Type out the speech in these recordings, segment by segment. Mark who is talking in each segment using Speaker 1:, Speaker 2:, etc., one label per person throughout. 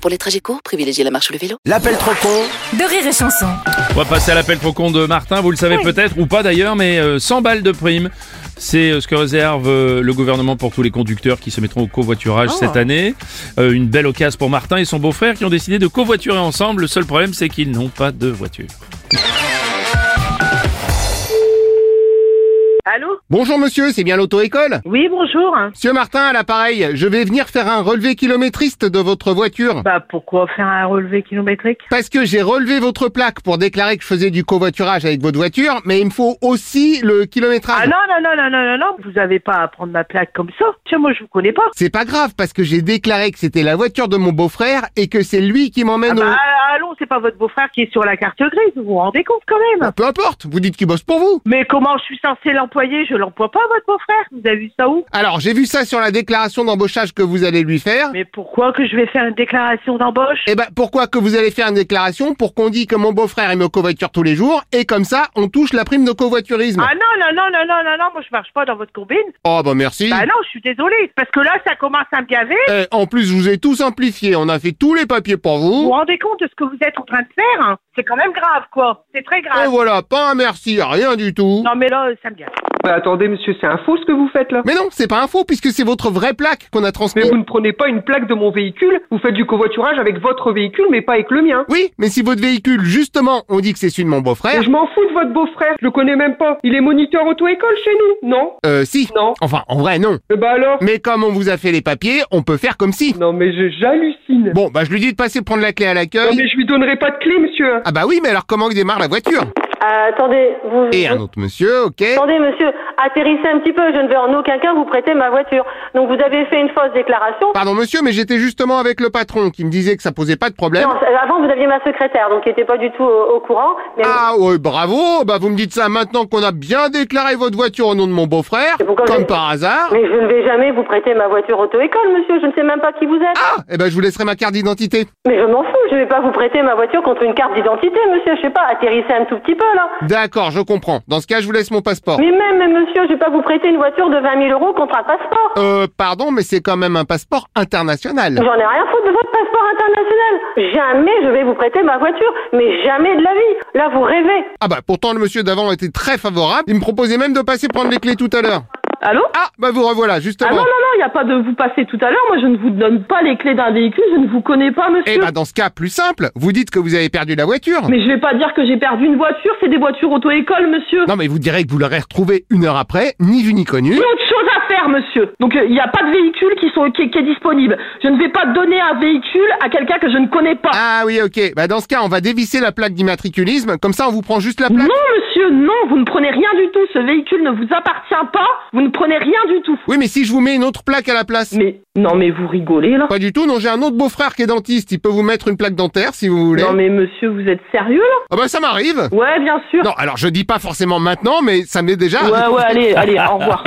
Speaker 1: Pour les trajets courts, privilégiez la marche ou le vélo.
Speaker 2: L'appel trop con
Speaker 3: de rire et chanson.
Speaker 4: On va passer à l'appel trop con de Martin, vous le savez peut-être ou pas d'ailleurs, mais euh, 100 balles de prime. C'est euh, ce que réserve euh, le gouvernement pour tous les conducteurs qui se mettront au covoiturage cette année. Euh, une belle occasion pour Martin et son beau-frère qui ont décidé de covoiturer ensemble. Le seul problème, c'est qu'ils n'ont pas de voiture.
Speaker 5: Allô
Speaker 6: Bonjour monsieur, c'est bien l'auto-école
Speaker 5: Oui, bonjour.
Speaker 6: Monsieur Martin à l'appareil, je vais venir faire un relevé kilométriste de votre voiture.
Speaker 5: Bah pourquoi faire un relevé kilométrique
Speaker 6: Parce que j'ai relevé votre plaque pour déclarer que je faisais du covoiturage avec votre voiture, mais il me faut aussi le kilométrage.
Speaker 5: Ah non, non, non, non, non, non, non, vous avez pas à prendre ma plaque comme ça. Tiens, moi je vous connais pas.
Speaker 6: C'est pas grave parce que j'ai déclaré que c'était la voiture de mon beau-frère et que c'est lui qui
Speaker 5: Ah
Speaker 6: m'emmène
Speaker 5: bah allons, c'est pas votre beau-frère qui est sur la carte grise, vous vous rendez compte quand
Speaker 6: au...
Speaker 5: même
Speaker 6: Peu importe, vous dites qu'il bosse pour vous.
Speaker 5: Mais comment je suis censé l'employer Je l'emploie pas, votre beau-frère. Vous avez vu ça où
Speaker 6: Alors j'ai vu ça sur la déclaration d'embauchage que vous allez lui faire.
Speaker 5: Mais pourquoi que je vais faire une déclaration d'embauche
Speaker 6: Eh ben pourquoi que vous allez faire une déclaration pour qu'on dise que mon beau-frère il me covoiture tous les jours et comme ça on touche la prime de covoiturisme.
Speaker 5: Ah non, non, non, non, non, non, non, moi je marche pas dans votre combine.
Speaker 6: Oh bah merci.
Speaker 5: Bah non, je suis désolée, parce que là ça commence à me gaver.
Speaker 6: Eh, en plus, je vous ai tout simplifié. On a fait tous les papiers pour
Speaker 5: Vous vous
Speaker 6: vous.
Speaker 5: rendez compte de ce que vous êtes en train de faire hein C'est quand même grave, quoi. C'est très
Speaker 6: Et
Speaker 5: grave.
Speaker 6: voilà, pas un merci, rien du tout.
Speaker 5: Non mais là, ça me gave.
Speaker 7: Mais attendez, monsieur, c'est un faux ce que vous faites là.
Speaker 6: Mais non, c'est pas un faux puisque c'est votre vraie plaque qu'on a
Speaker 7: Mais
Speaker 6: transmise.
Speaker 7: vous ne prenez pas une plaque de mon véhicule, vous faites du covoiturage avec votre véhicule, mais pas avec le mien.
Speaker 6: Oui, mais si votre véhicule, justement, on dit que c'est celui de mon
Speaker 7: Et
Speaker 6: beau-frère,
Speaker 7: je m'en fous de votre beau-frère, je le connais même pas. Il est moniteur auto-école chez nous, non
Speaker 6: euh, si.
Speaker 7: Non.
Speaker 6: Enfin, en vrai, non.
Speaker 7: Eh bah alors
Speaker 6: Mais comme on vous a fait les papiers, on peut faire comme si.
Speaker 7: Non mais je- j'hallucine.
Speaker 6: Bon, bah, je lui dis de passer prendre la clé à
Speaker 7: Non
Speaker 6: l'accueil.
Speaker 7: mais je lui donnerai pas de clé, monsieur.
Speaker 6: Ah bah oui, mais alors comment démarre la voiture
Speaker 8: Euh, attendez, vous.
Speaker 6: Et un autre monsieur, ok.
Speaker 8: Attendez, monsieur, atterrissez un petit peu. Je ne vais en aucun cas vous prêter ma voiture. Donc vous avez fait une fausse déclaration.
Speaker 6: Pardon monsieur, mais j'étais justement avec le patron qui me disait que ça posait pas de problème.
Speaker 8: Non, euh, avant, vous aviez ma secrétaire, donc qui n'était pas du tout au, au courant. Mais
Speaker 6: Ah ouais, bravo Bah vous me dites ça maintenant qu'on a bien déclaré votre voiture au nom de mon beau-frère,
Speaker 8: C'est pourquoi
Speaker 6: comme
Speaker 8: j'ai-
Speaker 6: par hasard.
Speaker 8: mais je ne vais jamais vous prêter ma voiture auto-école, monsieur. Je ne sais même pas qui vous êtes.
Speaker 6: Ah Eh ben je vous laisserai ma carte d'identité.
Speaker 8: Mais je m'en fous. Je ne vais pas vous prêter ma voiture contre une carte d'identité, monsieur. Je sais pas, atterrissez un tout petit peu, là.
Speaker 6: D'accord, je comprends. Dans ce cas, je vous laisse mon passeport.
Speaker 8: Mais même, mais monsieur, je ne vais pas vous prêter une voiture de 20 000 euros contre un passeport.
Speaker 6: Euh, pardon, mais c'est quand même un passeport international.
Speaker 8: J'en ai rien à foutre de votre passeport international. Jamais je vais vous prêter ma voiture, mais jamais de la vie. Là, vous rêvez.
Speaker 6: Ah bah pourtant le monsieur d'avant était très favorable. Il me proposait même de passer prendre les clés tout à l'heure.
Speaker 5: Allô
Speaker 6: Ah bah vous revoilà
Speaker 5: Ah non, non,
Speaker 6: justement.
Speaker 5: non, il n'y a pas de vous passer tout à l'heure. Moi, je ne vous donne pas les clés d'un véhicule. Je ne vous connais pas,
Speaker 6: Eh
Speaker 5: monsieur.
Speaker 6: bah dans ce cas plus simple, vous dites que vous avez perdu la voiture.
Speaker 5: Mais je vais pas dire que j'ai perdu une voiture. C'est des voitures auto-école, monsieur.
Speaker 6: Non mais vous direz que vous l'aurez retrouvée une heure après, ni vu ni connu.
Speaker 5: J'ai autre chose à faire, monsieur. Donc, euh, il n'y a pas de véhicule qui, sont, qui, qui est disponible. Je ne vais pas donner un véhicule à quelqu'un que je ne connais pas.
Speaker 6: Ah oui ok, bah dans ce cas on va dévisser la plaque d'immatriculisme, comme ça on vous prend juste la plaque.
Speaker 5: Non, monsieur, non, vous ne prenez rien du tout. Ce véhicule ne vous appartient pas. Vous ne prenez rien du tout.
Speaker 6: Oui mais si je vous mets une autre plaque à la place.
Speaker 5: Mais, non, mais vous rigolez, là.
Speaker 6: Pas du tout, non j'ai un autre beau-frère qui est dentiste, il peut vous mettre une plaque dentaire si vous voulez.
Speaker 5: Non, mais monsieur, vous êtes sérieux, là
Speaker 6: Ah bah ça m'arrive.
Speaker 5: Ouais, bien sûr.
Speaker 6: Non, alors je dis pas forcément maintenant, mais ça m'est déjà.
Speaker 5: Ouais, ouais, allez, allez, au revoir.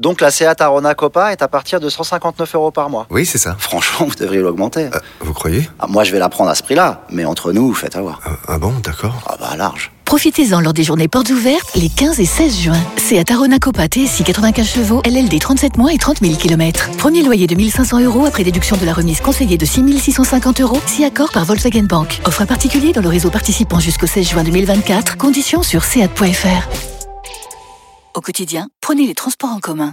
Speaker 9: Donc la Seat Arona Copa est à partir de 159 euros par mois.
Speaker 2: Oui, c'est ça. Euh,
Speaker 9: Franchement, vous devriez l'augmenter.
Speaker 2: Vous croyez
Speaker 9: Ah, moi, je vais la prendre à ce prix-là, mais entre nous, faites avoir.
Speaker 2: Ah, ah bon, d'accord.
Speaker 9: Ah bah large.
Speaker 1: Profitez-en lors des journées portes ouvertes les 15 et 16 juin. C'est à Tarona Copa TSI 95 chevaux, LLD 37 mois et 30 000 km. Premier loyer de 1500 euros après déduction de la remise conseillée de 6 650 euros, si accord par Volkswagen Bank. Offre à particulier dans le réseau participant jusqu'au 16 juin 2024. Conditions sur seat.fr. Au quotidien, prenez les transports en commun.